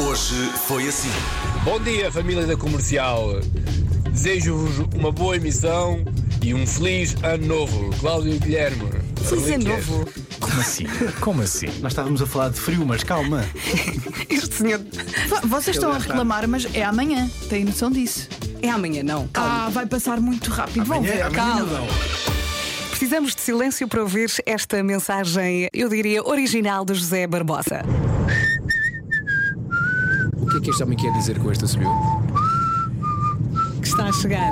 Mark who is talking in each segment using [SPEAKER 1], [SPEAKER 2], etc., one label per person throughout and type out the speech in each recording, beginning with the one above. [SPEAKER 1] Hoje foi assim.
[SPEAKER 2] Bom dia, família da comercial. Desejo-vos uma boa emissão e um feliz ano novo. Cláudio Guilherme.
[SPEAKER 3] Feliz ano
[SPEAKER 2] Relíquias.
[SPEAKER 3] novo.
[SPEAKER 4] Como assim? Como assim? Nós estávamos a falar de frio, mas calma.
[SPEAKER 5] Este senhor.
[SPEAKER 3] Vo- Vocês estão a reclamar, mas é amanhã. Têm noção disso.
[SPEAKER 5] É amanhã, não. Calma.
[SPEAKER 3] Ah, vai passar muito rápido.
[SPEAKER 6] É,
[SPEAKER 3] Vão ver.
[SPEAKER 4] Amanhã- amanhã
[SPEAKER 3] Calma.
[SPEAKER 4] não.
[SPEAKER 5] Precisamos de silêncio para ouvir esta mensagem, eu diria, original do José Barbosa.
[SPEAKER 7] O que é que este homem quer dizer com esta subiu?
[SPEAKER 5] Que está a chegar.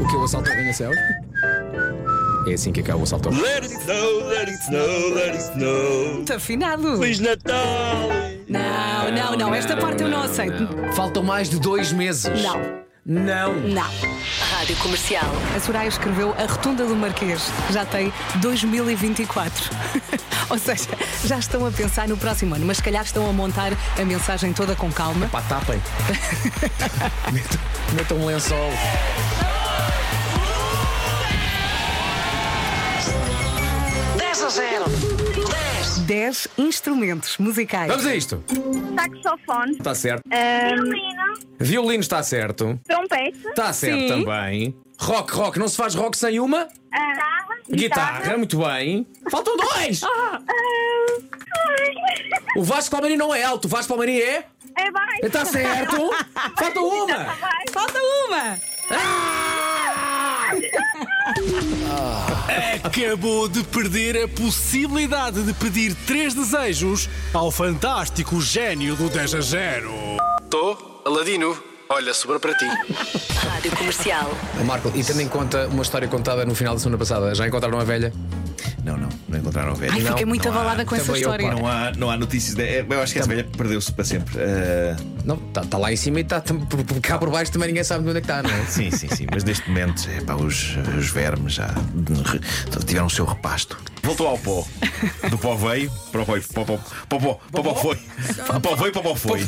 [SPEAKER 7] O que é o assalto ao ganha-céu? É assim que acaba o assalto ao
[SPEAKER 8] Let it snow, let it snow, let it snow.
[SPEAKER 5] Muito afinado.
[SPEAKER 8] Feliz Natal!
[SPEAKER 5] Não, não, não. Esta parte eu não aceito.
[SPEAKER 7] Faltam mais de dois meses.
[SPEAKER 5] Não.
[SPEAKER 7] Não.
[SPEAKER 5] Não. Rádio Comercial. A Soraya escreveu A Rotunda do Marquês. Já tem 2024. Ou seja, já estão a pensar no próximo ano, mas se calhar estão a montar a mensagem toda com calma.
[SPEAKER 7] Pá, tapem. metam, metam um lençol.
[SPEAKER 5] Dez instrumentos musicais.
[SPEAKER 7] Vamos a isto.
[SPEAKER 9] Saxofone,
[SPEAKER 7] Está certo.
[SPEAKER 9] violino,
[SPEAKER 7] Violino está certo.
[SPEAKER 9] trompete,
[SPEAKER 7] Está certo
[SPEAKER 5] Sim.
[SPEAKER 7] também. Rock, rock. Não se faz rock sem uma?
[SPEAKER 9] eh, guitarra.
[SPEAKER 7] Guitarra. Muito bem. Faltam dois.
[SPEAKER 5] Ah.
[SPEAKER 9] Eh,
[SPEAKER 7] O Vasco Palmeirinho não é alto. O Vasco Palmeirinho é?
[SPEAKER 9] É baixo.
[SPEAKER 7] Está certo. Falta uma. Ah!
[SPEAKER 5] Falta uma!
[SPEAKER 4] Acabou de perder a possibilidade de pedir três desejos ao fantástico gênio do 10 a 0. Tô, Aladino. Olha, sobra para ti.
[SPEAKER 5] Rádio Comercial.
[SPEAKER 7] Marco, e também conta uma história contada no final da semana passada. Já encontraram a velha?
[SPEAKER 6] Não, não, não encontraram velha.
[SPEAKER 5] Ai,
[SPEAKER 7] Não,
[SPEAKER 5] fiquei muito
[SPEAKER 6] não há.
[SPEAKER 5] abalada com essa
[SPEAKER 7] Também eu,
[SPEAKER 5] história.
[SPEAKER 6] Não há, não há notícias. De... é, Eu acho que essa velha perdeu-se para sempre. Ah,
[SPEAKER 7] Não, está lá em cima e tá está cá por baixo também ninguém sabe de onde é que está, não é?
[SPEAKER 6] sim, sim, sim. Mas neste momento, epá, os, os vermes já tiveram o seu repasto. Voltou ao pó. Do pó veio para o foi. Pó, pó, pó, pó, pó, pó foi. Pó veio para o pó foi.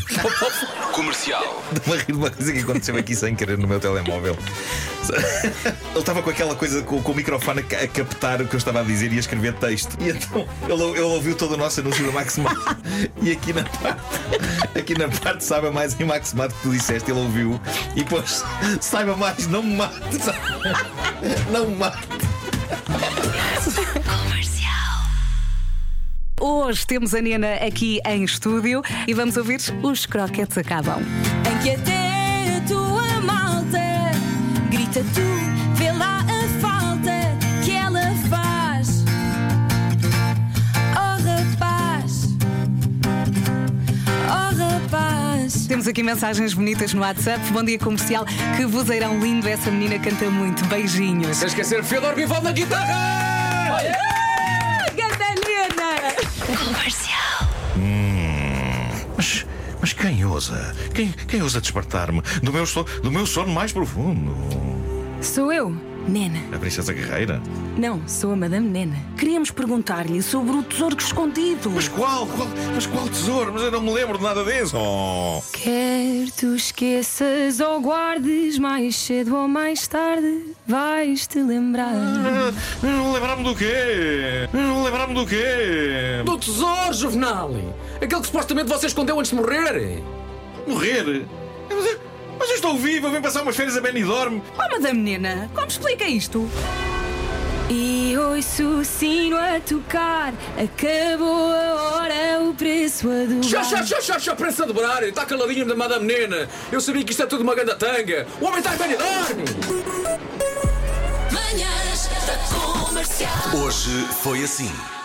[SPEAKER 1] Comercial.
[SPEAKER 6] Estou-me a rir de uma coisa que aconteceu aqui sem querer no meu telemóvel. Ele estava com aquela coisa com, com o microfone a, ca- a captar o que eu estava a dizer e a escrever texto. E então ele, ele ouviu todo o nosso anúncio da Maxmat. E aqui na parte, aqui na parte saiba mais em Maxmat que tu disseste, ele ouviu. E pôs saiba mais, não me mates. Não me mates.
[SPEAKER 5] Hoje temos a Nena aqui em estúdio e vamos ouvir Os Croquetes Acabam.
[SPEAKER 10] Em que até a tua malta grita tu, vê lá a falta que ela faz. Oh rapaz, oh rapaz.
[SPEAKER 5] Temos aqui mensagens bonitas no WhatsApp. Bom dia comercial, que vozeirão lindo. Essa menina canta muito. Beijinhos.
[SPEAKER 7] Sem esquecer, Fedor Bivaldo na guitarra!
[SPEAKER 10] Gatalina!
[SPEAKER 6] Mas, mas quem ousa? Quem, quem ousa despertar-me do meu, so- do meu sono mais profundo?
[SPEAKER 10] Sou eu, Nena.
[SPEAKER 6] A Princesa Guerreira?
[SPEAKER 10] Não, sou a Madame Nena.
[SPEAKER 5] Queríamos perguntar-lhe sobre o tesouro escondido.
[SPEAKER 6] Mas qual? Qual- Mas qual tesouro? Mas eu não me lembro de nada disso. Oh.
[SPEAKER 10] Quer tu esqueças ou guardes, mais cedo ou mais tarde vais te lembrar.
[SPEAKER 6] Não lembrar-me do quê? Não lembrar-me do quê?
[SPEAKER 7] Do tesouro, Juvenal! Aquele que supostamente você escondeu antes de morrer!
[SPEAKER 6] Morrer? Mas eu, mas eu estou vivo, eu vim passar umas férias a Benidorm.
[SPEAKER 5] Oh, madame Nena, como explica isto?
[SPEAKER 10] E ouço o sino a tocar, acabou a hora, o preço a
[SPEAKER 7] Chá, chá,
[SPEAKER 10] dobrar.
[SPEAKER 7] chá, chá, chá, prensa de dobrar! Está caladinho da Madame Nena! Eu sabia que isto é tudo uma ganda tanga! O homem está em Benidorm!
[SPEAKER 1] Hoje foi assim.